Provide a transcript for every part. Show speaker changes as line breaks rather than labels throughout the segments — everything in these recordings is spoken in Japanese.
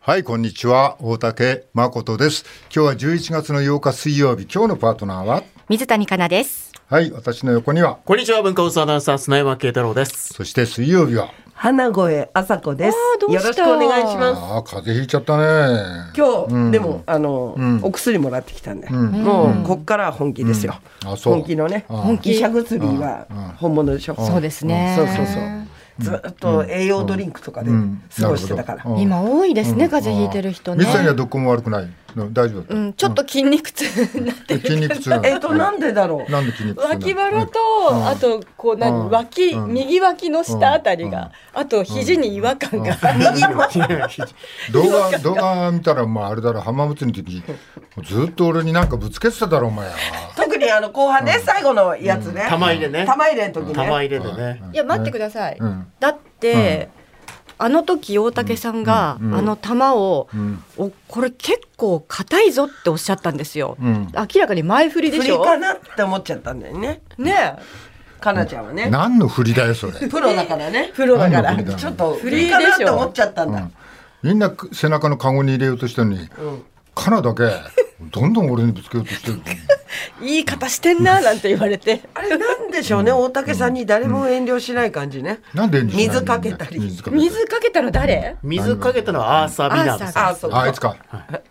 はい、こんにちは。大竹誠です。今日は11月の8日水曜日、今日のパートナーは、
水谷香奈です。
はい、私の横には、
こんにちは、文化放送アナウンサー、砂山慶太郎です。
そして水曜日は、
花声あさこです
あーどう。
よ
した
ろしくお願いします。
ああ、風邪ひいちゃったね。
今日、
うん
でもあの、
ん
お薬もらってきたんで、
ん
もうこっからは本気ですよ。
うんあそう
本気のね、
あ
本気
医者薬は本物でしょ。
そうですね。
そうそうそう。ずっと栄養ドリンクとかで
うん
過ごしてたか
な
ら
る。ほど
今多いですね、風邪ひいてる人ね
水。谷はどこも悪くない。うん大丈夫だった。
うん、ちょっと筋肉痛になってる。
筋肉痛なの
えっとなんでだろう。
なんで筋肉痛なの
脇腹と、
ん
あとこう何、
うん
脇、
うん
右脇の下あたりが、あと肘に違和感が、右の
動画動画見たらもうあれだろ浜松の時にずっと俺になんかぶつけてただろお前は
特にあの後半ね、最後のやつね。
玉入れね。
玉入れの時ね。
玉入れでね。
いや、待ってください。
うん
だって、あの時大竹さんが、
うんうん
あの球を、
うん
おこれ結構硬いぞっておっしゃったんですよ。
うん
明らかに前振りで
振
し
り
ょ
かなって思っちゃったんだよね。
ね
かなちゃんはね。
何の振りだよそれ
プロだからね。
プロだから
何の振りだ
ちょっと
振
振
り
り
でし
か
ょ
なって思っちゃったんだ。
みんな背中のカゴに入れようとしたのに、カナだけどんどん俺にぶつけようと してる
いい方してんななんて言われて
あれなんでしょうね、大竹さんに誰も遠慮しない感じね。
なんで遠慮しないの
水かけたり
水かけたり
水かけたの誰
水かけたのはアーサー・ビナーです。
ア
あ、そう
ああいつか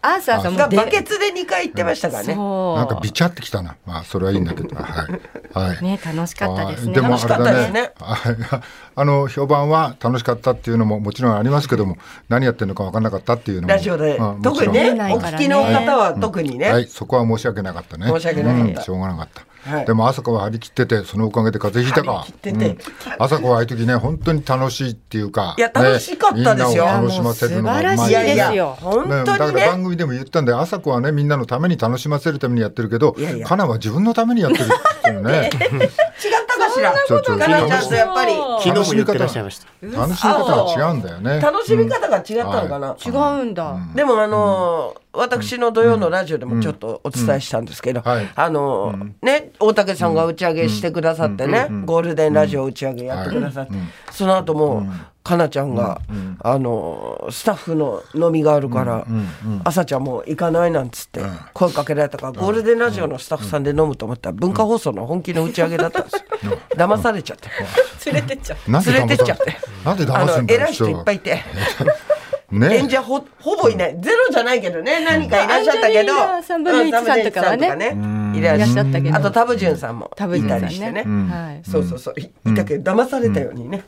アーサーさんも
がバケ
で
ツで2回行ってましたからね。
そう。
なんかビチャってきたなまあそれはいいんだけどはい、はい、
ね楽しかったですね。
でも
楽しかったですね
あれだね。あの評判は楽しかったっていうのももちろんありますけども、何やってるのか分からなかったっていうのも
ラジオで
うん。もち
特
ろ
に
ん
ね、
見えない
お
から
聞
ね
きの方は特に
は
ね。
い、そこは申し訳なかったね。
申し訳なかっ
う
た
んしょうがなかった。
はい
でも朝子は張り切ってて、そのおかげで風邪ひいたか。
張り切ってて
うん朝子はああいう時ね、本当に楽しいっていうか。
いや楽しかったですよ
ねみんなを楽しませるのがうま
いやもう素晴らし
い
い
やいや
ですよ、
本
ねだか
当
ら
にね
番。組でも言ったんで、朝子はね、みんなのために楽しませるためにやってるけど、
いやいや
カナは自分のためにやってるって言って るね。
違ったかしら。
そうそう
かなちゃんとやっぱり
昨日も言ってらっしゃいました。
楽しみ方が違うんだよね。
楽しみ方が違ったのかな。
違うんだ。
でもあのー私の土曜のラジオでもちょっとお伝えしたんですけど、
うんはい
あのーね大竹さんが打ち上げしてくださってね、ゴールデンラジオ打ち上げやってくださって、その後も、かなちゃんが、あのースタッフの飲みがあるから、朝ちゃんもう行かないなんつって声かけられたから、ゴールデンラジオのスタッフさんで飲むと思ったら文化放送の本気の打ち上げだったんですよ、騙されちゃって、
連れてっちゃう
なんで
連れ
騙
てっち
さ
ゃって
なんで
あ
騙すん
の
だよ
偉い人いっぱいいて。
ね
演者ほほぼいない、ゼロじゃないけどね何かいらっしゃったけど
アンジェリーナ3分の一さんとかはね
うんサムネイチさんとかねいらっしゃったけどあとタブジュンさんも
田淵
い
さ
た
ん
りしてね
はい。
そうそうそういいたけど騙されたようにね、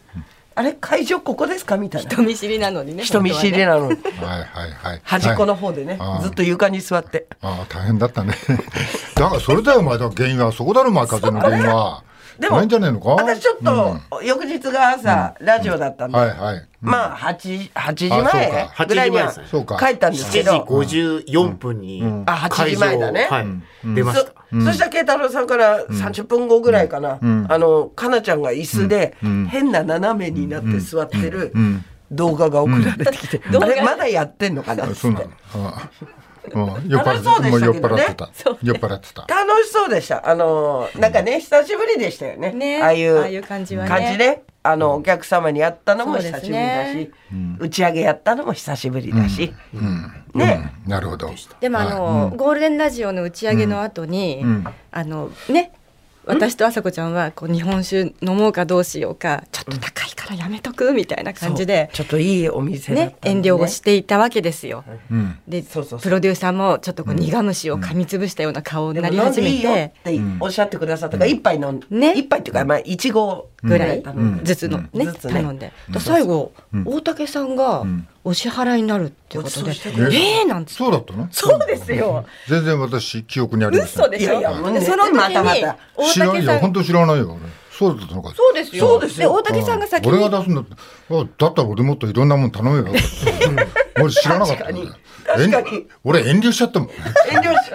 あれ会場ここですかみたいな
人見知りなのにね
人見知り
本
なのに
はいはいはい。
端っこの方でね、
はい
ずっと床に座って
ああ大変だったね だからそれだよお前だから原因はそこだろお前風邪の原因は
で
な
も
いんじゃないのか
私ちょっと翌日が朝、ラジオだったんで、
はいはい
まあ 8, 8時
あそうか
前ぐらいには
8時前ですね
帰
そうか
ったんですけど
7時54分に
あ8時前だね
会場をはい。出ました。
そそしたら慶太郎さんから30分後ぐらいかな、あのかなちゃんが椅子で変な斜めになって座ってる動画が送られてきて、あれまだやってんのかなっ
そ
つ
う
っ
な
て
のああうん酔っ払っ
楽しそう
て
で
もう
したけ
酔っ
どね
払ってた
そうね
酔っ払ってた
楽しそうでしたあのなんかね久しぶりでしたよね
当にね
ああいう
ああいう感じはね
感じであのお客様にやったのも
そうで
久し
す
ぶりだし、
ね
打ち上げやったのも久しぶりだし、ね、
うんなるほど
でもあの、ゴールデンラジオの打ち上げの後に、あのね私と朝子ちゃんはこう日本酒飲もうかどうしようかちょっと高いからやめとくみたいな感じで、
ちょっといいお店だった
ね
んで
遠慮をしていたわけですよ。で
そうそうそう
プロデューサーもちょっとこう苦虫を噛みつぶしたような顔に
で
な
も
り
飲ん
始
でい
め、
いよってておっしゃってくださったから一杯飲ん
ね
一杯っていうかまあ一合
ぐらい
頼んで
ずつのね
ずつね
頼んでで最後大竹さんがお支払いになるっていうことで「ええ!」なんつって
そうだったの
そうですよ
全然私記憶にありません
嘘で
い
し
や
ょ
いやもうね
その時に
またまた
大
知らな
竹
い
さ
よ本
ん
当知らないよ俺そうだったのか
そうですよ
そうですよ
大竹さんが先
う俺
に
が出すんだってあだったら俺もっといろんなもん頼めばよかった俺知らなかったよ
確かに確かに
俺遠慮しちゃったもん
遠慮し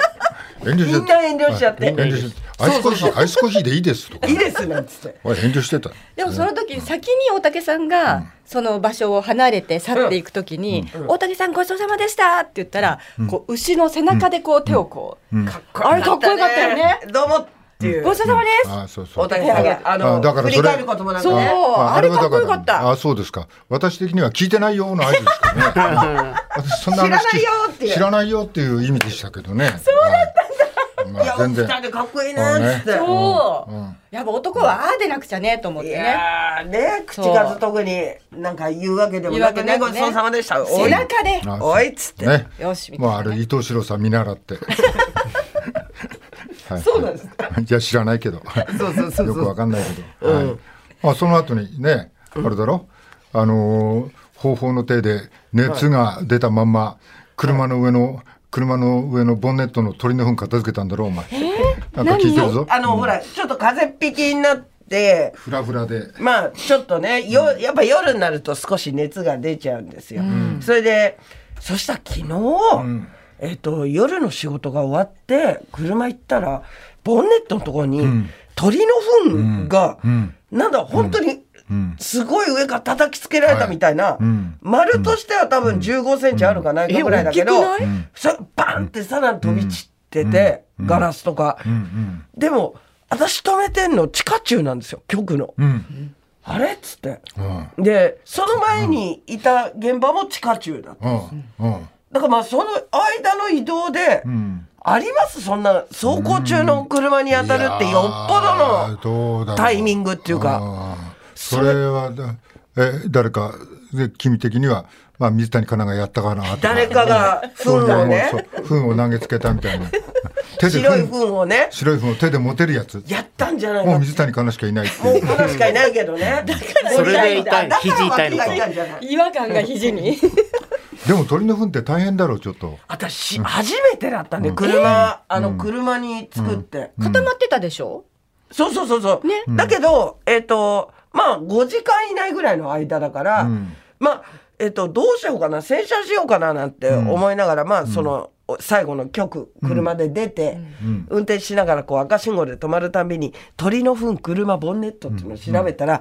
遠慮しちゃった
みんな遠慮しちゃって
はい遠慮しちゃったアイスコーヒーアイスコーヒーでいいですとか
いいですなんつって
俺遠慮してた
でもその時に先に大竹さんがその場所を離れて去っていく時に「大竹さんごちそうさまでした」って言ったらこう牛の背中でこう手をこう
かっ
あれかっこよかったよね
どうも
っていう。
ごちそうさまです。
あそうそう
おたけさんが、あの、
あだからそれ
振り返ることもなく
そう
ね。
あれかっこよかっ
あ
た。
そうですか私的には聞いてないような合図ですかね 私そんな話聞
知らないよっていう
知らないよっていう意味でしたけどねそうだったんだ、
い
ま
や、
あ、全
お
然
二人かっこいいなっつって。
そう
うんうん。
やっぱ男はああでなくちゃねと思っ
い
てね。
やーね、口数特になんか言うわけでもなくね、
言う
ご
わけなくね
ちそうさまでした。お
背
い、
中で。
あ
おいっつって。
ね
よしみたい
ま
な
ああれ伊藤四郎さん見習ってはい
そうなんです か。
いや知らないけど
そうそうそう
よ
そ
くわ
う。
かんないけど、はいまあ、その後にねあれだろ、あのー方法の手で熱が出たまんま車の上の、車の上のボンネットの鳥の糞片付けたんだろうお前、なんか聞いてるぞ
あの、ほら、ちょっと風邪っ引きになって、
フラフラで
まあちょっとねよやっぱ夜になると少し熱が出ちゃうんですよ、それでそしたら昨日、えっと夜の仕事が終わって車行ったらボンネットのところに鳥の糞が、なんだ本当にすごい上から叩きつけられたみたいな、
ん
丸としては多分15センチあるかないかぐらいだけど、
え大きくない
それバンってさらに飛び散ってて、ガラスとか、でも私止めてんの地下中なんですよ局の。
うん
あれっつって。
うん
で、その前にいた現場も地下中だ。
うんうん
だからまあその間の移動で、
うん
ありますそんな走行中の車に当たるってよっぽど
ど
のタイミングっていうか、
かそれはだえ誰かで君的には、まあ、水谷香奈がやったかなとか
誰かが糞をね、
そう糞を投げつけたみたいな手で
白い糞をね、
白い糞を手で持てるやつ
やったんじゃない
もう
か。
水谷香奈しかいないって
も
いう
うこのしかいないけどね。だから
それで痛い
だから
肘痛いのか
脇がんじゃない
違和感が肘に。
でも鳥の糞って大変だろうちょっと
私、初めてだったね。車、あの、車に作って。
固まってたでしょ。
そうそうそうそう。だけど、えっ、と、まあ、5時間以内ぐらいの間だから、まあ、えっ、と、どうしようかな、洗車しようかななんて思いながら、まあ、その、最後の局、車で出て、運転しながら、こう、赤信号で止まるたびに、鳥の糞、車、ボンネットっていうのを調べたら、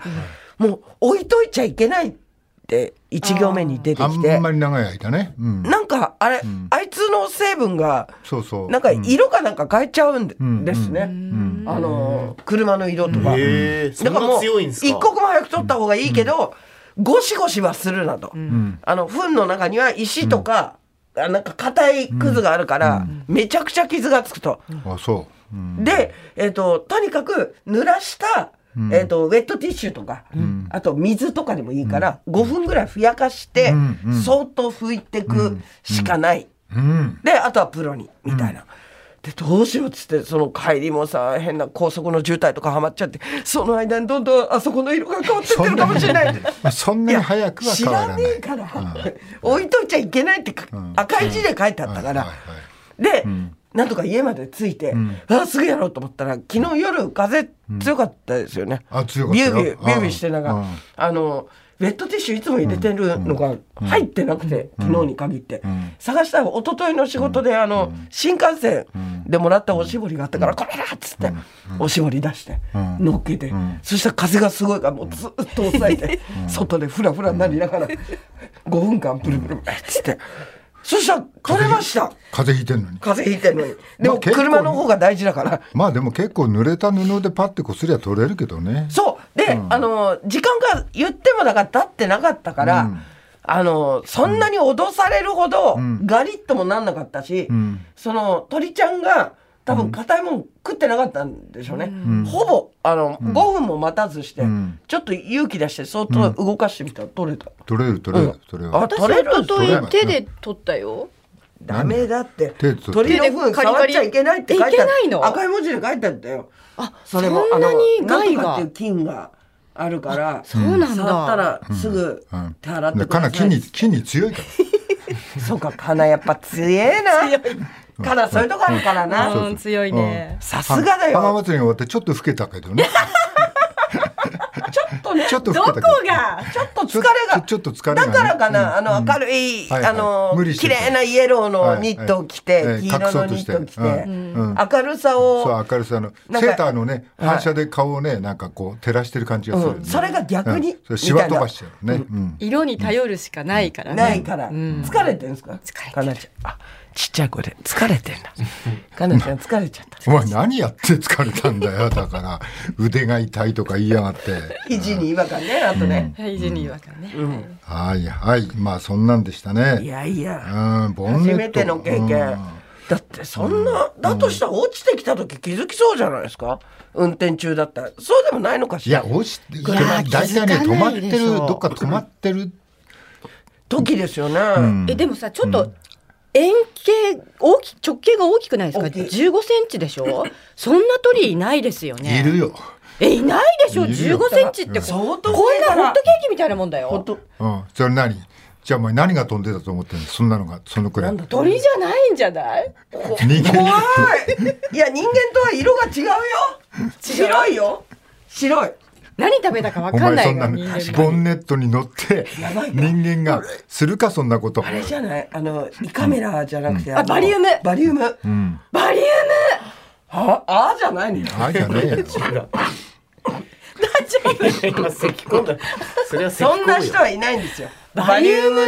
もう、置いといちゃいけないって、1行目に出て
あ
き
ん
て、
まり長い間ね、うん、
なんか、あれ、あいつの成分が、
そうそう
なんか色かなんか変えちゃうんで
ん
ですね。あのー車の色とか。
へえ、そ
だ
ん
から
な
もう
強いんですか。
一 刻も早く取った方がいいけど、ゴシゴシはするなと。あの糞の中には石とか、あなんか硬いくずがあるから、めちゃくちゃ傷がつくと。
あそう、 うん
で、えっ、と、とにかく濡らした、えっ、と、ウェットティッシュとか、あと水とかでもいいから、5分ぐらいふやかして、そーっと拭いてくしかない。
うん、
で、あとはプロに、みたいな。で、どうしようっつって、その帰りもさ、変な高速の渋滞とかはまっちゃって、その間にどんどんあそこの色が変わってってるかもし れない。
まあそんなに早くは
知
変わ
ら
ら
ね
ない
えから、置いといちゃいけないってか、赤い字で書いてあっ
は
たから、
いはいはい
で、なんとか家まで着いて、ああすぐやろうと思ったら昨日夜風強かったですよね、
あ強かったよ
ビュービュービュービューしてながら、
うん
あのウェットティッシュいつも入れてるのが入ってなくて、昨日に限って、探したら一昨日の仕事で、あの新幹線でもらったおしぼりがあったから、これだっつって、おしぼり出して、乗っけて、そしたら風がすごいからもうずっと抑えて、外でフラフラになりながら、5分間プルプルプルっつって、そしたら取れました
風邪ひいてんのに
風邪ひいてるのに。 で
ま
も
あ結構ね
車の方が大事だから。
まあでも結構濡れた布でパッてこすりゃ取れるけどね
そう。で、あの、時間が言ってもだから経ってなかったから、あの、そんなに脅されるほど、ガリッともなんなかったし、その、鳥ちゃんが、多分硬いもん食ってなかったんでしょうね。ほぼ、あの、5分も待たずして、ちょっと勇気出して、相当動かしてみたら取れた。
取れる取れる、それは
あ取れる
私
取れ
と
ます
手で取ったよ。
ダメだって。
手で取っ
鳥の糞触っちゃいけないって書いてあ
いけないの
赤い文字で書いてあったよ。
あ、そ
そ
んな
れも
に
あの
害
なんと
が
かっていう。菌があるから
そうなんだ
触ったらすぐ
うん
手洗って
で
くだ
か
さ、
ない木に木に強いから
そうかかなやっぱ強えなかなそういうとこあるから
そう
な
そう
うん強いね。
さすがだよ
浜祭りが終わってちょっと老けたけどね
ちょっと
ちょっと老
どこ
けたけど
が
ちょっと疲れ
ちょ
が
ちょっと疲れが
だ
ね
からかな、
うん
あ
うん
の明るい、
はいはい
あの
無理して
綺
た
麗なイエローのニットを着て、
はいはいええ
黄色の
隠そうと
ニ
し
ッ
て
トを着て、
はいうん
明るさ
そ
を
う明るさの
なんか
セーターのね
はい
反射で顔をねなんかこう照らしてる感じがす
そ,、
るよ
ん、
ね
それが逆に、
うんそれシ
み
ワ
たい
飛
な
ばしちゃうねうん
色に頼るしかないからね。
ないから、
うん
疲れてるんですか
れてる
かなちゃんあちっちゃい声で疲れてんだかなちゃん疲れちゃった
お前何やって疲れたんだよだから腕が痛いとか言いやがって
肘に違和感ねあとね、
はい、ジェニーはかね。
はいはいまあそんなんでした
い
ね
やいや
うんボンネット
初めての経
う
験、
ん
だってそんな、だとしたら落ちてきた時気づきそうじゃないですか運転中だったらそうでもないのかし
い
ら
や落ちて
やー
大体ね止
気づ
まっ
かない
て
で
る
しょ
どっか止まってる
時ですよね、
えでもさちょっと円形大き直径が大きくないですか
大きい
15センチでしょそんな鳥いないですよね
いるよ
えいないでしょ
いるよ
15センチってこ
相
こ
当
んな
上か
ホ
ら
ットケーキみたいなもんだよ
うんそれ何じゃあお前何が飛んでたと思ってんのそんなのがそのくらい人
鳥じゃないんじゃない
間
怖いいや人間とは色が違うよ白いよ白い
何食べたかわ
お
か
前
んな
そ
い
ん
が
な
ら
の
人間
ボンネットに乗って人間がするかそんなこと
あれじゃないあの胃カメラじゃなくて、の
あバリウム
バリウム、
バリウム
ああじゃないのよ
ああじゃねえよ
今咳き込んだ。それは咳
そんな
込む
人
よ。
はいないんですよ
バリウム飲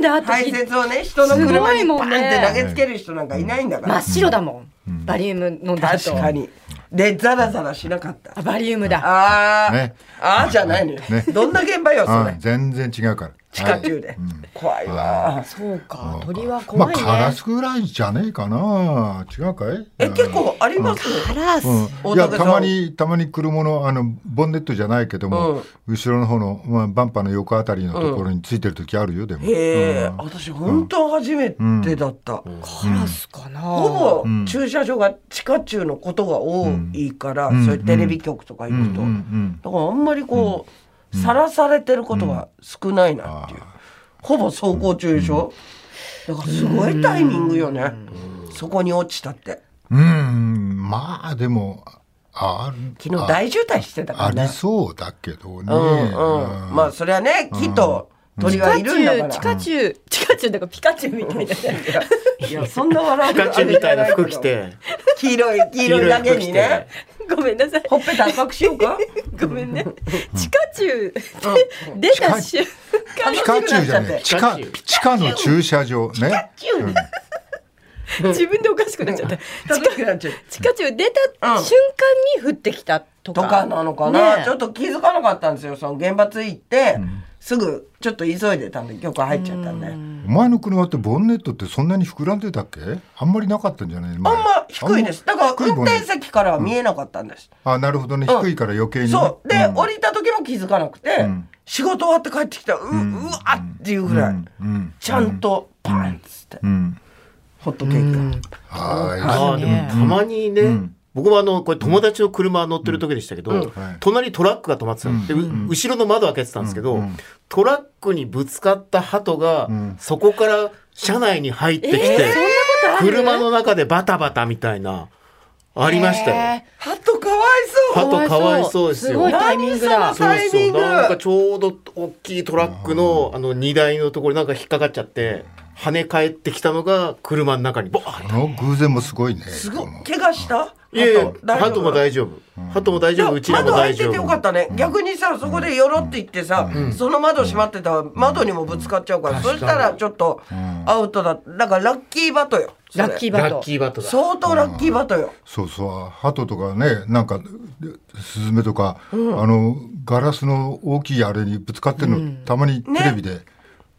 んだ後
排泄をね人の
すご
車
い
に
も
バン
ん
っ
ね
て投げつける人なんかいないんだか
真
ら、
っ白だもんバリウム飲んだ
確
後
かにでザラザラしなかった
あバリウムだ
あー、
ね
あーじゃないのよ、
ね
どんな現場よそれ、
うん全然違うから
地下
はい
中で、怖いわ
そうか鳥は
まあ
怖いね
カラスぐらいじゃねえかな違うかい
え結構あります
カラス
いやたまにたまに車のあのボンネットじゃないけども、後ろの方の、まあ、バンパーの横あたりのところについてる時あるよでも、
ええ私本当初めてだった、
カラスかな
ほぼ駐車場が地下中のことが多いから、そういうテレビ局とか行くと、
うん
だからあんまりこうさら、されてることが少ないなっていう、ほぼ走行中でしょ、だからすごいタイミングよね、そこに落ちたって
うん、うん、まあでもあ
昨日大渋滞してたか
あ
らね
りそうだけどね、
うんうん、まあそれはねきっと鳥はいるんだから、
ピカチュウピカチュウピカチュウだからピカチュウみたいだ ね
いやそんな笑う
ピカチュウみたいな服着て、
黄色い黄色いだけにね
ごめんなさい
ほっぺた赤くしようか
ごめんね。地下中で出た瞬間
ピカチュウじゃねえ地下
ピカチュウ
地下の駐車場ね
自分でおかしくなっちゃった。
楽しくなっちゃう
地下中出た瞬間に降ってきたとか。
とかなのかな、
ねえ
ちょっと気づかなかったんですよその現場着いて、すぐちょっと急いでたんで曲入っちゃったんで、
お前の車ってボンネットってそんなに膨らんでたっけあんまりなかったんじゃないあん
あんま低いですだから
低い
運
ボンネッ
転
ト
席からは見えなかったんです、
あなるほどね
うん
低いから余計にね、
そうで、
ん
降りた時も気づかなくて、
ん
仕事終わって帰ってきたらう,、うわっていうぐら
う
い、
んうん
ちゃんとパンっつって、
うん
ホットケーキが、
は
ああでもたまにね、僕もあのこれ友達の車乗ってる時でしたけど、
はい
隣にトラックが止まってたの、でう後ろの窓開けてたんですけど、トラックにぶつかった鳩が、そこから車内に入ってきて、車の中でバタバタみたいなありましたよ。
ハトかわいそう
鳩かわいそうですよ
すごいタイミングだ
何。
そう
タイ
そ
ミ
う
ング
なんかちょうど大きいトラックのあの荷台のところになんか引っかかっちゃって跳ね返ってきたのが車の中にボーン
いこの偶然もすごいね
すご
こ
い
の
怪我した
いやいや、
ハ
ハトも大丈夫。ハトも大丈夫、うちらも
窓開
大
いて
丈
てよかっ
夫。
たね、逆にさそこでよろって言ってさ、その窓閉まってたら窓にもぶつかっちゃうから、そしたらちょっとアウトだだからラッキーバトよそれ
ラッキーバ
ラッ
ト。
キーバトだ。
相当ラッキーバトよ、
そうそう鳩とかねなんかスズメとか、あのガラスの大きいあれにぶつかってるの、たまにテレビで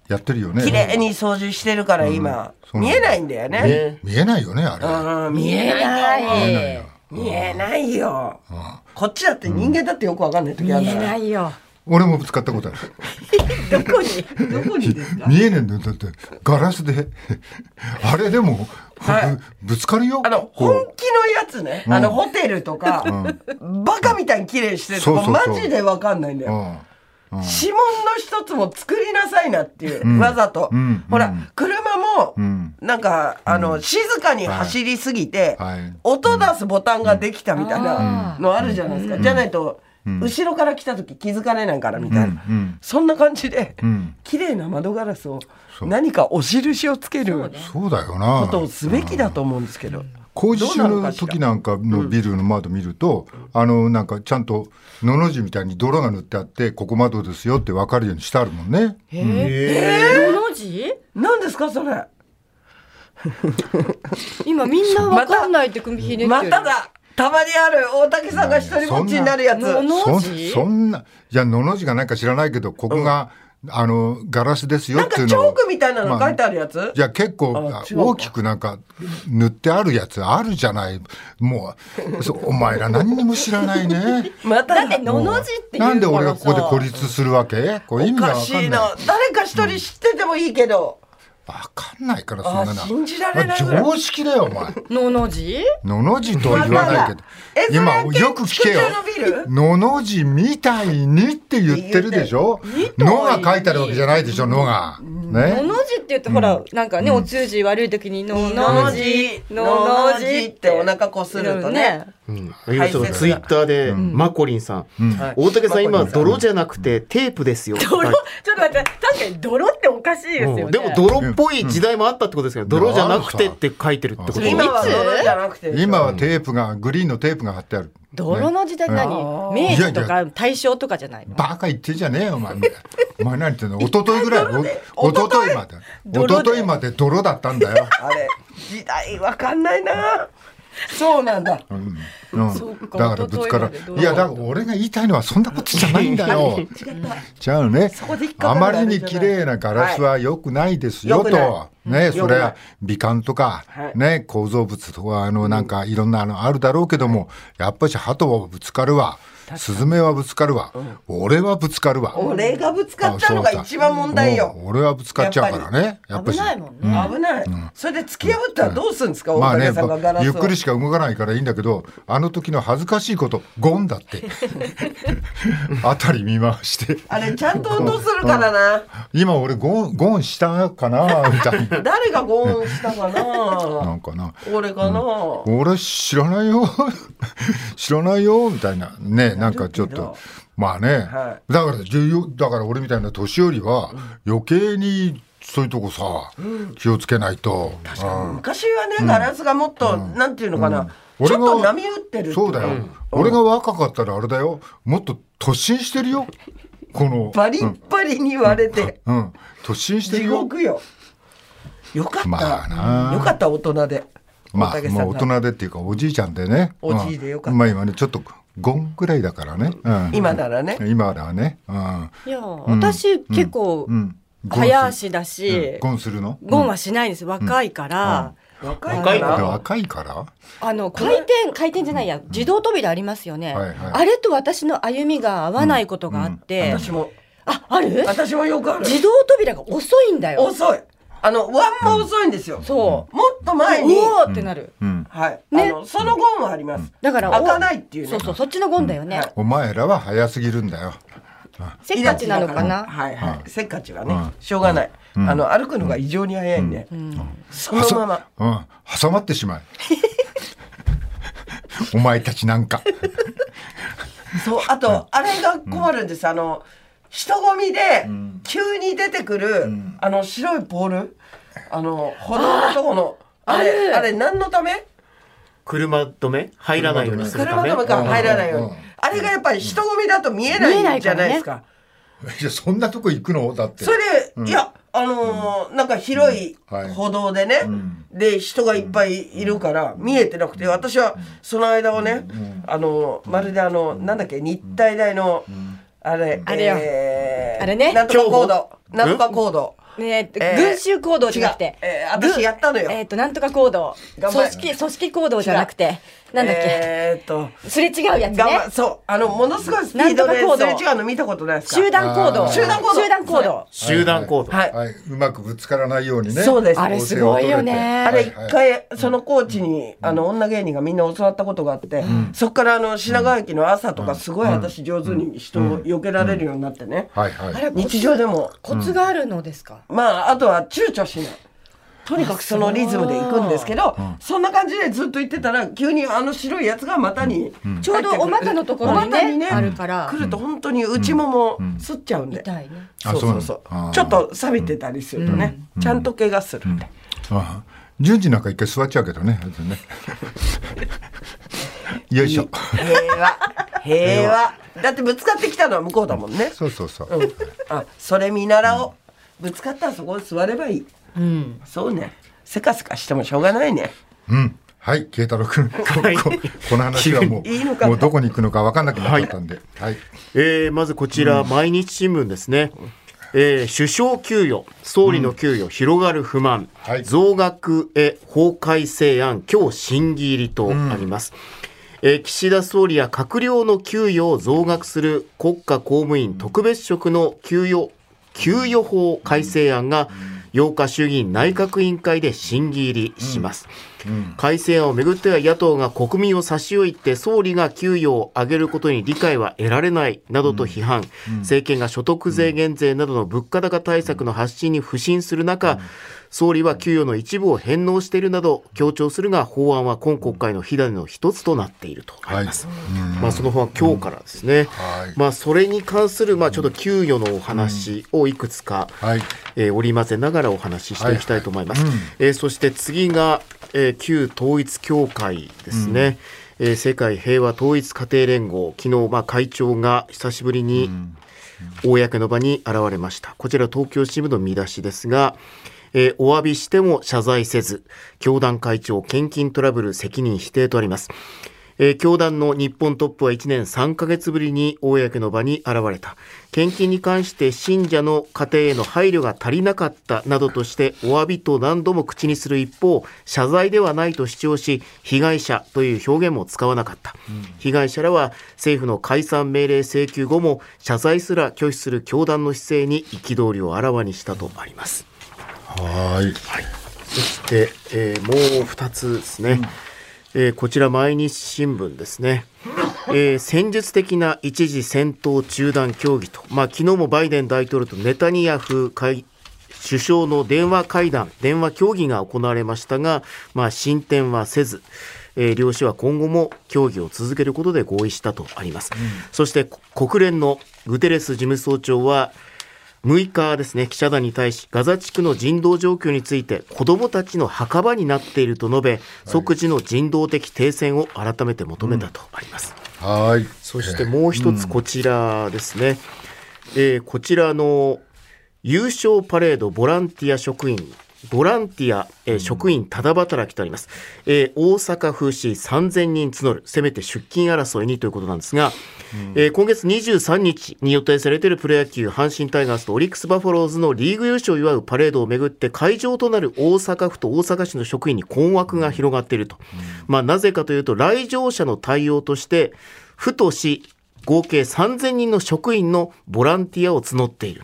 やってるよね
綺麗に掃除してるから今、
うん
見えないんだよね
ね
見えないよねあれ、
うん見えないよ
ない。
見えないよ、こっちだって人間だってよくわかんない時ある
見
か
え
ら、
ないよ。
俺もぶつかったことある
どこに
どこにですか
見えねえんだよだってガラスで あれでも、
はい
ぶぶつかるよ
あの
こう
本気のやつね、あのホテルとか、バカみたいに綺麗にしてるとこ
そうそうそう
マジでわかんないんだよ、
うん
指紋の一つも作りなさいなっていう、わざと、
うん
ほら、
うん
車も、
ん
なんかあの、静かに走りすぎて、
はいはい
音出すボタンができたみたいなのあるじゃないですか、じゃないと後ろから来た時気づかれないからみたいな、そんな感じで、綺麗な窓ガラスを何かお印をつける
そうだよな
ことをすべきだと思うんですけど。
工事中の時なんかのビルの窓見ると、あのなんかちゃんとのの字みたいに泥が塗ってあってここ窓ですよって分かるようにしてあるもんね。
えー、のの字？
何ですかそれ？
今みんなわかんないって組ひねってる。
まただ。たまにある大竹さんが一人ぼっちになるやつ。
のの字？
そんな、いや、のの字がなんか知らないけど、ここが、あの、ガラスですよ
なん
ってい
か
う
チ
の
ョー
を。
クみたいなの書いてあるやつ
じゃあ結構
あ違うか
大きくなんか塗ってあるやつあるじゃない。もう、そお前ら何にも知らない ね。
まただ
だってのの字っていうからさ
なんで俺がここで孤立するわけこれ意
お
味が
か
わ
し
か
い
んない。
な
わ
誰か一人知っててもいいけど、
かんないからそんなな。
あ信じられないぐらい
常識だよ、お前。
のの字？
のの字とは言わないけど
え。それ
今、よく聞けよ
建築中のビ。ル
のの字みたいにって言ってるでしょのが書いてあるわけじゃないでしょ、のが。
の
ね。
の字って言うとほら、なんかね、お通じ悪い時にのの字
のの字ってお腹こするとね。
うん、今ちょっとツイッターで、マコリンさん、
はい
大竹さん今
マコリンさん
泥じゃなくてテープですよ。
泥、
はい
ちょっと待って、確かに泥っておかしいですよね。
うんでも泥っぽい時代もあったってことですけど、泥じゃなくてって書いてるってこと。
うん
今は泥じゃなくて
今はテープが、グリーンのテープが貼ってある。
泥の時代って何？明治と
いや
か大正とかじゃないの？
バカ言ってんじゃねえよ、お前。お前何言ってんの一昨日ぐらい、お一昨日まで。一
泥で
昨日まで泥だったんだよ。
あれ時代わかんないなそうなんだ
うん、だからぶつからいやだから俺が言いたいのはそんなことじゃないんだよ。じゃあね
こで引っか
あ
かる
ま
わけじゃな
り
い
に綺麗なガラスは良くないですよ
はい
と、ね
くない
それは美観とか、
はい
ね構造物とかあのなんかいろんなあのあるだろうけども、やっぱし鳩はぶつかるわスズメはぶつかるわ、俺はぶつかるわ。
俺がぶつかっちゃうのが一番問題よ
もう俺はぶつかっちゃうからねやっぱし
危ないもんね。
危ない、それで突き破ったらどうするんですか、
まあ
大
ね
竹さんがガラスを、
ゆっくりしか動かないからいいんだけどあの時の恥ずかしいことゴンだって 辺り見回して
あれちゃんと音するからな、
今俺ゴンゴンしたかなみたいな
誰がゴーンしたかな
なんかな
俺かな、
俺知らないよ 知らないよみたいなねなんかちょっ
なる
と
けど
まあね、
は
だから重要だから俺みたいな年寄りは余計にそういうとこさ、気をつけないと。うん
昔はねガラスがもっと、なんていうのかな、
うん
ちょ
俺
っと
が
波打ってるっていか
そうだよ、俺が若かったらあれだよもっと突進してるよこの
バリッバリに割れて、
うん突進して
地
るよ
獄よよかった、
まあな
よかった大人で
ま
大
あ
竹
ま
さ
あ
ん
大
が
人でっていうかおじいちゃんでね
おじいでよかった
うんまあ今ねちょっとゴンぐらいだからね、うん
今ならね
今だねうん
いや、私結構
うん
早足だし、
ゴンするの
ゴンはしないんです。若いから。
若い
若
う
い
ん
な
若いから
あの回転回転じゃないや自動扉ありますよね、
はいはい
あれと私の歩みが合わないことがあって、
私も
あある
私もよくある
自動扉が遅いんだよ
遅いあのワンも遅いんですよ、
そ
もっと
う、
前に
うおーってなる、
うん
はい、
ね
あのその後もあります、
だから
開か
お
ないっていうね
そうそうそっちのゴンだよね、
うんはい
お前らは早すぎるんだよ
せっかちなのかな
はいはい、せっかちはね、
うん
しょうがない、あの歩くのが異常に早いんで、そのまま
うん挟まってしまえ お前たちなんか
そうあとあれが困るんです、あの人混みで急に出てくる、あの白いポールあの歩道のとこのあれあれ何のため
車止め入らないようにするた
車
め。
止めから入らないように、
うん
あれがやっぱり人混みだと見えないじゃないですか,、
いやそんなとこ行くのだって
それで、いやあのーなんか広い
はい
歩道でね、で人がいっぱいいるから見えてなくて私はその間をね、あのーまるであのなんだっけ日体大の、あれ
あれよ
えー
あれね
なんとか行動なんとか行動
ねえ
えー
群衆行動じゃなくて、
違うえー私やったのよ
ぐえっ、となんとか行動組
頑張れ
織組織行動じゃなくてなんだっけ、
えー、っと
すれ違うやつ
頑
ね
張そうあのものすごいスピードで
なんと
す
か
れ
行動
違うの見たことないですか
集団行動
あー集
団行動
集団行動
集団行動。
はい
はい、うまくぶつからないようにね。
そうです
あれすごいよね
あれ一回そのコーチにあの女芸人がみんな教わったことがあってそこからあの品川駅の朝とかすごい私上手に人を避けられるようになってね
はいはい。
れ
日常でも
コツがあるのですか、
まああとは躊躇しないとにかくそのリズムで行くんですけど、そんな感じでずっと行ってたら急にあの白いやつが股に、
ちょうどお股のところにね
お股にね
あるから
来ると本当に内ももすっちゃうんで、
痛いね
そうそうそう
あそうなのあー
ちょっと錆びてたりするとね、ちゃんと怪我するんで、
ああ順次なんか一回座っちゃうけどね。あいつねよいしょ。
平和平和だってぶつかってきたのは向こうだもんね、
そうそうそう。
あそれ見習おうぶつかったらそこに座ればいい、そうねせかせかしてもしょうがないね
うん。はい、慶太郎君、こ
はい
ここの話はも
いいの
う、
か
もうどこに行くのか分かんなくなっちゃったんで、はい。
えーまずこちら、毎日新聞ですね、えー首相給与、総理の給与、広がる不満、
はい
増額へ法改正案、今日審議入りとあります。えー岸田総理や閣僚の給与を増額する国家公務員特別職の給与給与法改正案が8日衆議院内閣委員会で審議入りします、改正案をめぐっては野党が国民を差し置いて総理が給与を上げることに理解は得られないなどと批判、政権が所得税減税などの物価高対策の発信に不信する中総理は給与の一部を返納しているなど強調するが法案は今国会の火種の一つとなっているとあります、まあ、その法案今日からです
は
ね、
い
まあ、それに関するまあちょっと給与のお話をいくつか、
はい。
えー織り交ぜながらお話ししていきたいと思います。えーそして次が、えー旧統一教会ですね。えー世界平和統一家庭連合、昨日、まあ、会長が久しぶりに公の場に現れました。こちら東京新聞の見出しですが、えーお詫びしても謝罪せず、教団会長献金トラブル責任否定とあります。えー教団の日本トップは1年3ヶ月ぶりに公の場に現れた。献金に関して信者の家庭への配慮が足りなかったなどとしてお詫びと何度も口にする一方、謝罪ではないと主張し、被害者という表現も使わなかった。被害者らは政府の解散命令請求後も謝罪すら拒否する教団の姿勢に憤りをあらわにしたとあります。
はい。
そして、えーもう2つですね、えーこちら毎日新聞ですね、えー戦術的な一時戦闘中断協議と、まあ昨日もバイデン大統領とネタニヤフ会首相の電話会談、電話協議が行われましたが、まあ、進展はせず、えー両氏は今後も協議を続けることで合意したとあります。そしてこ国連のグテレス事務総長は、6日ですね、記者団に対し、ガザ地区の人道状況について、子どもたちの墓場になっていると述べ、即時の人道的停戦を改めて求めたとあります。
はい。
そしてもう一つこちらですね、えーこちらの優勝パレードボランティア職員ボランティア、えー職員ただ働きとあります、えー大阪府市3000人募るせめて出勤争いにということなんですが、えー今月23日に予定されているプロ野球阪神タイガースとオリックス・バファローズのリーグ優勝を祝うパレードをめぐって会場となる大阪府と大阪市の職員に困惑が広がっていると、まあ、なぜかというと来場者の対応として府と市合計3000人の職員のボランティアを募っている。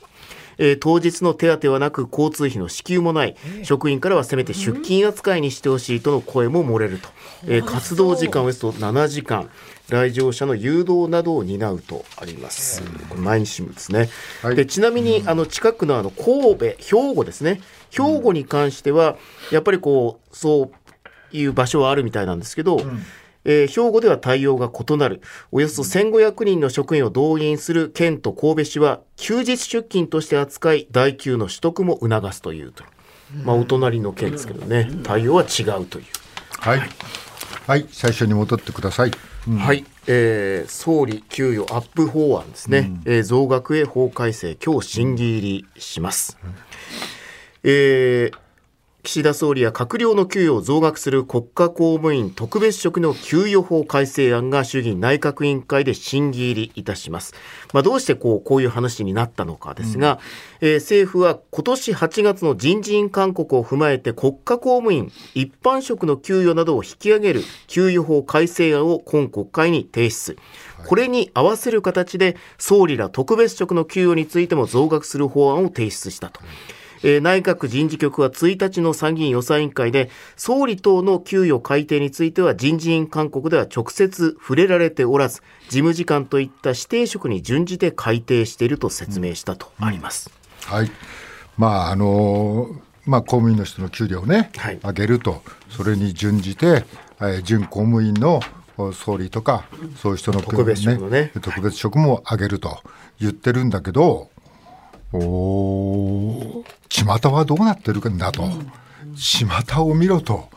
えー当日の手当てはなく交通費の支給もない、職員からはせめて出勤扱いにしてほしいとの声も漏れると、えー活動時間およそ7時間来場者の誘導などを担うとあります、これ毎日新聞ですね、
はい
でちなみに、あの近くのあの神戸兵庫ですね兵庫に関してはやっぱりこうそういう場所はあるみたいなんですけど、えー兵庫では対応が異なる。およそ1500人の職員を動員する県と神戸市は、休日出勤として扱い、代給の取得も促すというと。まあ、お隣の県ですけどね、対応は違うという。
はい。はい。最初に戻ってください。
はい、えー総理給与アップ法案ですね、えー増額へ法改正、今日審議入りします。えー岸田総理や閣僚の給与を増額する国家公務員特別職の給与法改正案が衆議院内閣委員会で審議入りいたします。まあ、どうしてこうこういう話になったのかですが、えー政府は今年8月の人事院勧告を踏まえて国家公務員一般職の給与などを引き上げる給与法改正案を今国会に提出。これに合わせる形で総理ら特別職の給与についても増額する法案を提出したと。えー内閣人事局は1日の参議院予算委員会で、総理等の給与改定については人事院勧告では直接触れられておらず、事務次官といった指定職に準じて改定していると説明したとあります。
はい。まあ、あのーまあ、公務員の人の給料をね、
はい
上げると、それに準じて、えー準公務員のお総理とか、そういう人の
特別職のね
特別職も上げると言ってるんだけど、おー巷はどうなってるんだと、巷を見ろと、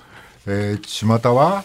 えー、巷は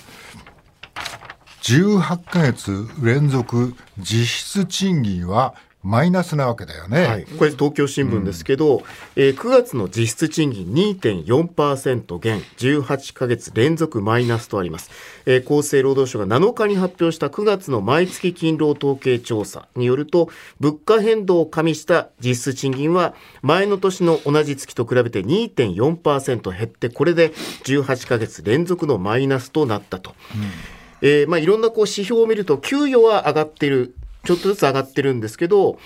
18ヶ月連続実質賃金はマイナスなわけだよね。
はい、これ東京新聞ですけど、えー9月の実質賃金2.4%減18ヶ月連続マイナスとあります、えー厚生労働省が7日に発表した9月の毎月勤労統計調査によると物価変動を加味した実質賃金は前の年の同じ月と比べて2.4%減ってこれで18ヶ月連続のマイナスとなったと。えーまあ、いろんなこう指標を見ると給与は上がってるちょっとずつ上がってるんですけど、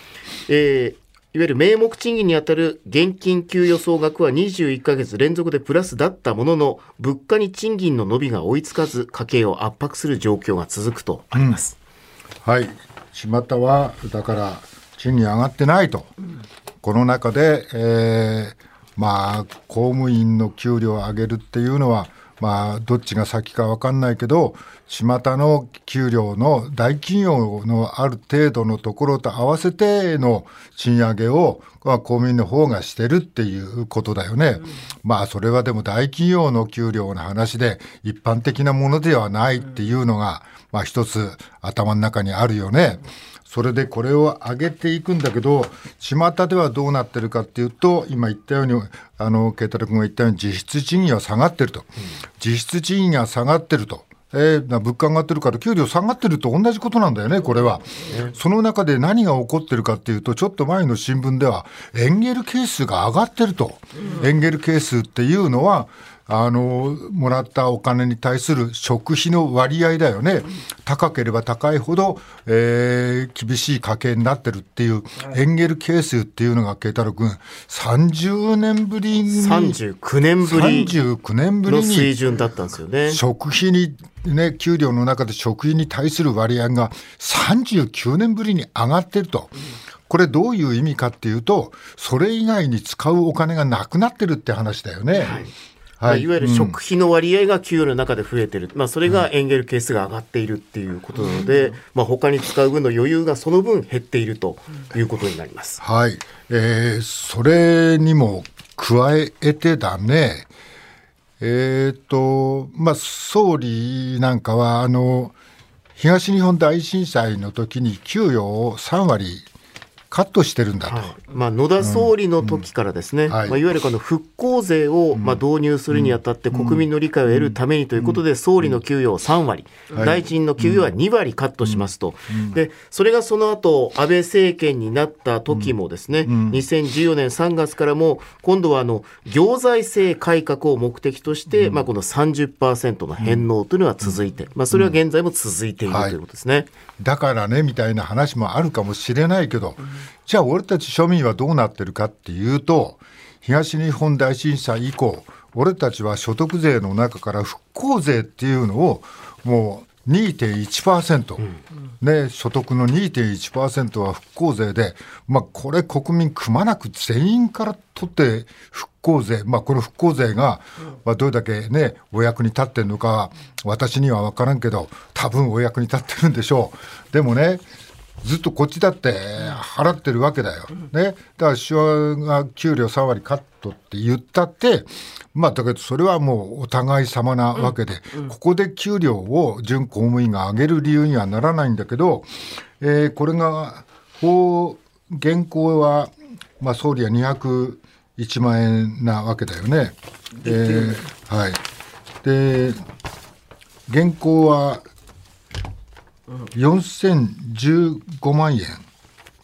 えーいわゆる名目賃金に当たる現金給与総額は21ヶ月連続でプラスだったものの物価に賃金の伸びが追いつかず家計を圧迫する状況が続くとあります。
はい、巷はだから賃金上がってないと、この中で、えーまあ、公務員の給料を上げるっていうのは、まあ、どっちが先か分かんないけど、巷の給料の大企業のある程度のところと合わせての賃上げを、まあ、公務員の方がしてるっていうことだよね。まあ、それはでも大企業の給料の話で、一般的なものではないっていうのが、まあ、一つ頭の中にあるよね。それでこれを上げていくんだけど、巷ではどうなってるかっていうと、今言ったように、あの、慶太郎君が言ったように、実質賃金は下がってると。実質賃金が下がってると。えーな物価上がってるから給料下がってると同じことなんだよね、これは。その中で何が起こってるかっていうと、ちょっと前の新聞では、エンゲル係数が上がってると。エンゲル係数っていうのは、あのもらったお金に対する食費の割合だよね、高ければ高いほど、えー厳しい家計になってるっていう、エンゲル係数っていうのが、慶太郎君、30年ぶりに、
39年ぶり
39年ぶり
の水
に、
準だったんですよね。
食費に、ね、給料の中で食費に対する割合が39年ぶりに上がってると。これどういう意味かっていうと、それ以外に使うお金がなくなってるって話だよね。はい。
まあいわゆる食費の割合が給与の中で増えてる、まあ、それがエンゲル係数が上がっているっていうことなので、まあ、他に使う分の余裕がその分減っているということになります。
はい、えーそれにも加えてだね、えーとまあ、総理なんかはあの東日本大震災の時に給与を3割カットしてるんだと。
はいまあ、野田総理の時からですね、
んはい
まあ、いわゆるこの復興税をまあ導入するにあたって、国民の理解を得るためにということで、総理の給与を3割、
い
大臣の給与は2割カットしますと、でそれがその後安倍政権になった時もですね、2014年3月からも、今度はあの行財政改革を目的として、まあ、この30%の返納というのは続いて、まあ、それは現在も続いているということですね。
だからねみたいな話もあるかもしれないけど、じゃあ俺たち庶民はどうなってるかっていうと東日本大震災以降俺たちは所得税の中から復興税っていうのをもう2.1%、ね、所得の2.1%は復興税で、まあ、これ国民くまなく全員から取って復興税、まあ、この復興税が、まあ、どれだけ、ね、お役に立ってるのかは私には分からんけど多分お役に立ってるんでしょう。でもねずっとこっちだって払ってるわけだよ。ね。だから首相が給料3割カットって言ったって、まあだけどそれはもうお互い様なわけで、ここで給料を準公務員が上げる理由にはならないんだけど、えーこれが、法、現行は、まあ総理は201万円なわけだよね。えーはい。で、現行は4015万円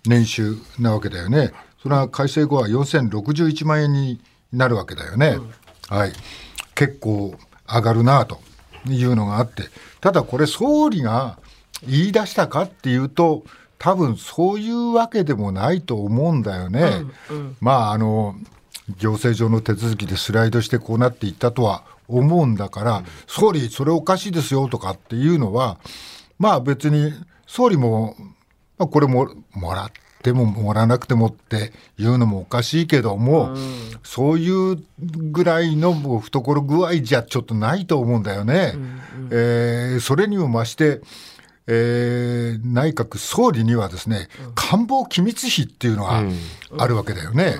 年収なわけだよね。それは改正後は4061万円になるわけだよね。はい。結構上がるなというのがあって。ただこれ総理が言い出したかっていうと、多分そういうわけでもないと思うんだよね。まああの、行政上の手続きでスライドしてこうなっていったとは思うんだから、総理、それおかしいですよとかっていうのは、まあ別に総理も、まあ、これももらっってももらわなくてもって言うのもおかしいけども、そういうぐらいのもう懐具合じゃちょっとないと思うんだよね。えーそれにも増してえー内閣総理にはですね、官房機密費っていうのがあるわけだよね。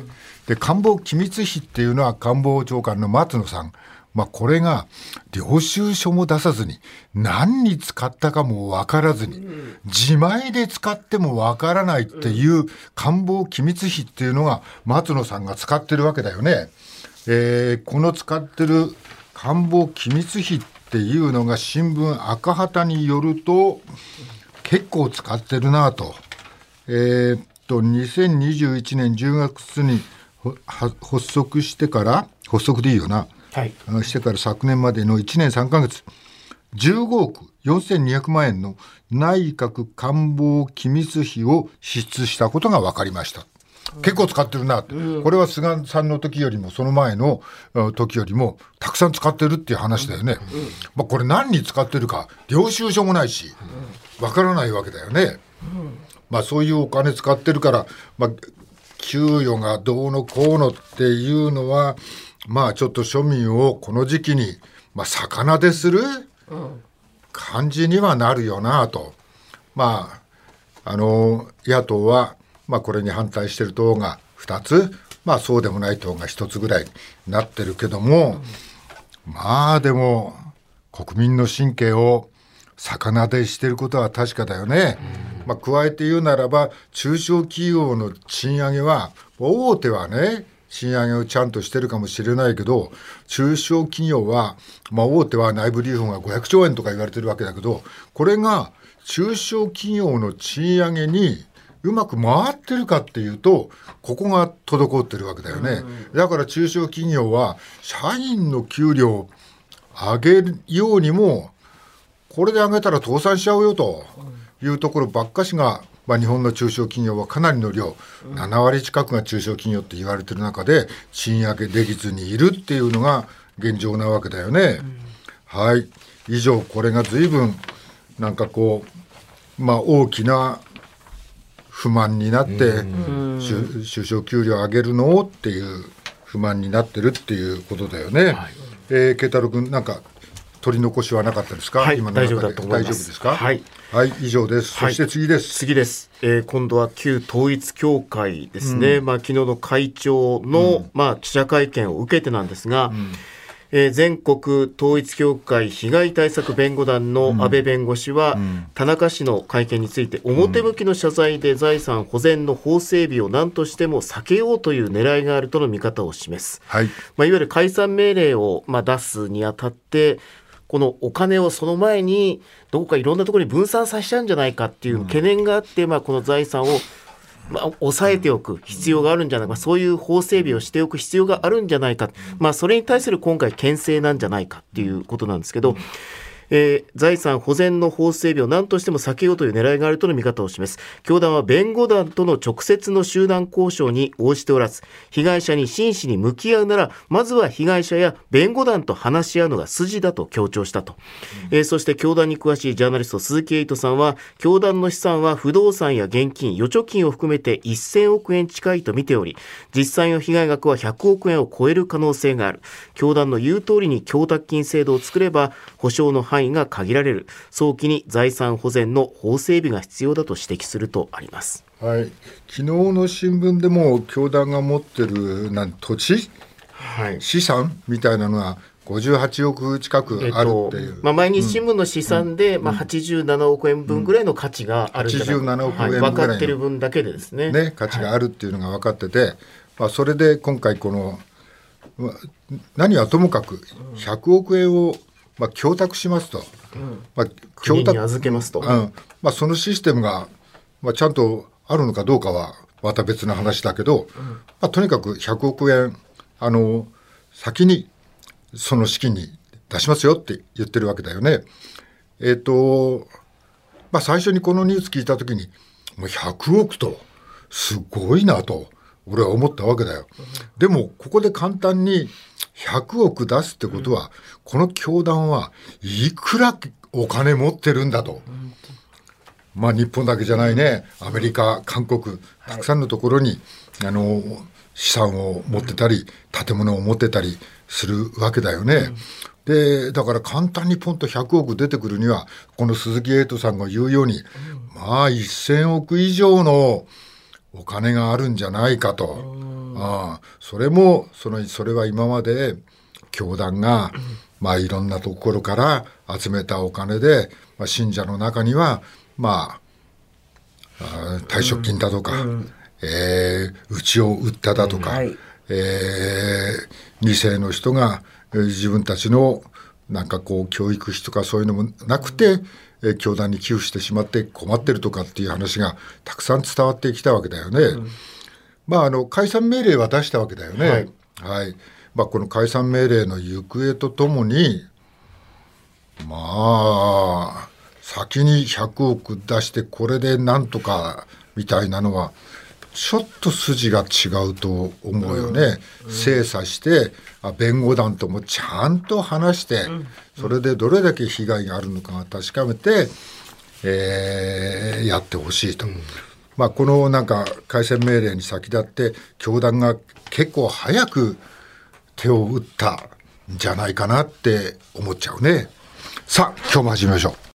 で官房機密費っていうのは官房長官の松野さん、まあ、これが領収書も出さずに何に使ったかも分からずに自前で使っても分からないっていう官房機密費っていうのが松野さんが使ってるわけだよね。えーこの使ってる官房機密費っていうのが新聞赤旗によると結構使ってるなぁと。えーっと2021年10月にほは発足してから発足でいいよな、
はい
あのしてから昨年までの1年3ヶ月15億4200万円の内閣官房機密費を支出したことが分かりました。結構使ってるなって、これは菅さんの時よりもその前のうん時よりもたくさん使ってるっていう話だよね、まあ、これ何に使ってるか領収書もないし分からないわけだよね、まあ、そういうお金使ってるから、まあ、給与がどうのこうのっていうのはまあちょっと庶民をこの時期に、まあ、魚でする感じにはなるよなと。まあ、あの野党は、まあ、これに反対してる党が2つ、まあ、そうでもない党が1つぐらいになってるけども、まあでも国民の神経を魚でしてることは確かだよね。まあ、加えて言うならば中小企業の賃上げは大手はね賃上げをちゃんとしてるかもしれないけど中小企業は、まあ、大手は内部留保が500兆円とか言われてるわけだけどこれが中小企業の賃上げにうまく回ってるかっていうとここが滞ってるわけだよね。だから中小企業は社員の給料を上げるようにもこれで上げたら倒産しちゃうよというところばっかしが、まあ、日本の中小企業はかなりの量、7割近くが中小企業って言われてる中で賃上げできずにいるっていうのが現状なわけだよね。はい以上これが随分なんかこう、まあ、大きな不満になって、就就職給料上げるのっていう不満になってるっていうことだよね。えー慶太郎君なんか取り残しはなかったですか？
はい
今の中で
大丈夫だと思い
大
ます
丈夫ですか？
はい
はい、以上です。そ
はい
して次です。
次です、えー今度は旧統一教会ですね、まあ昨日の会長の、まあ、記者会見を受けてなんですが、えー全国統一教会被害対策弁護団の安倍弁護士は、田中氏の会見について、表向きの謝罪で財産保全の法整備を何としても避けようという狙いがあるとの見方を示す。
はい、
まあ、いわゆる解散命令を、まあ、出すにあたって、このお金をその前に、どこかいろんなところに分散させちゃうんじゃないかっていう懸念があって、まあ、この財産を、まあ、抑えておく必要があるんじゃないか、そういう法整備をしておく必要があるんじゃないか、まあ、それに対する今回、牽制なんじゃないかっていうことなんですけど、えー財産保全の法整備を何としても避けようという狙いがあるとの見方を示す教団は弁護団との直接の集団交渉に応じておらず被害者に真摯に向き合うならまずは被害者や弁護団と話し合うのが筋だと強調したと、えーそして教団に詳しいジャーナリスト鈴木エイトさんは教団の資産は不動産や現金預貯金を含めて1000億円近いと見ており実際の被害額は100億円を超える可能性がある教団の言う通りに供託金制度を作れば保証の範囲が限られる早期に財産保全の法整備が必要だと指摘するとあります
はい、昨日の新聞でも教団が持ってるなん土地
はい
資産みたいなのが58億近く
えっ
ある
と
っていう。
まあ、毎日新聞の試算で、まあ、87億円分ぐらいの価値があるんじゃないか、
87億円
はい
分ぐらいの
分かってる分だけでですね
ね、価値があるっていうのが分かってて、まあ、それで今回このまあ何はともかく100億円を、まあ、供託しますと、まあ、
国に預けますと
うんまあ、そのシステムが、まあ、ちゃんとあるのかどうかはまた別の話だけど、まあ、とにかく100億円あの先にその資金に出しますよって言ってるわけだよね。えっ、とまあ、最初にこのニュース聞いた時にもう100億とすごいなと俺は思ったわけだよ。でもここで簡単に100億出すってことは、この教団はいくらお金持ってるんだと。まあ、日本だけじゃないねアメリカ韓国たくさんのところに、あの資産を持ってたり建物を持ってたりするわけだよね。でだから簡単にポンと100億出てくるにはこの鈴木エイトさんが言うように、まあ1,000億以上のお金があるんじゃないかと。ああそれもそのそれは今まで教団が、まあ、いろんなところから集めたお金で、まあ、信者の中には、まあ、あー退職金だとか、えー、うちを売っただとか、
はい
えー、2世の人がえー自分たちのなんかこう教育費とかそういうのもなくて、えー教団に寄付してしまって困ってるとかっていう話がたくさん伝わってきたわけだよね。まあ、あの解散命令は出したわけだよね。はい、まあ、この解散命令の行方とともに、まあ、先に100億出して、これでなんとかみたいなのは、ちょっと筋が違うと思うよね。精査して、あ弁護団ともちゃんと話して、それでどれだけ被害があるのかが確かめて、えーやってほしいと。まあ、このなんか改選命令に先立って教団が結構早く手を打ったんじゃないかなって思っちゃうね。さあ今日も始めましょう。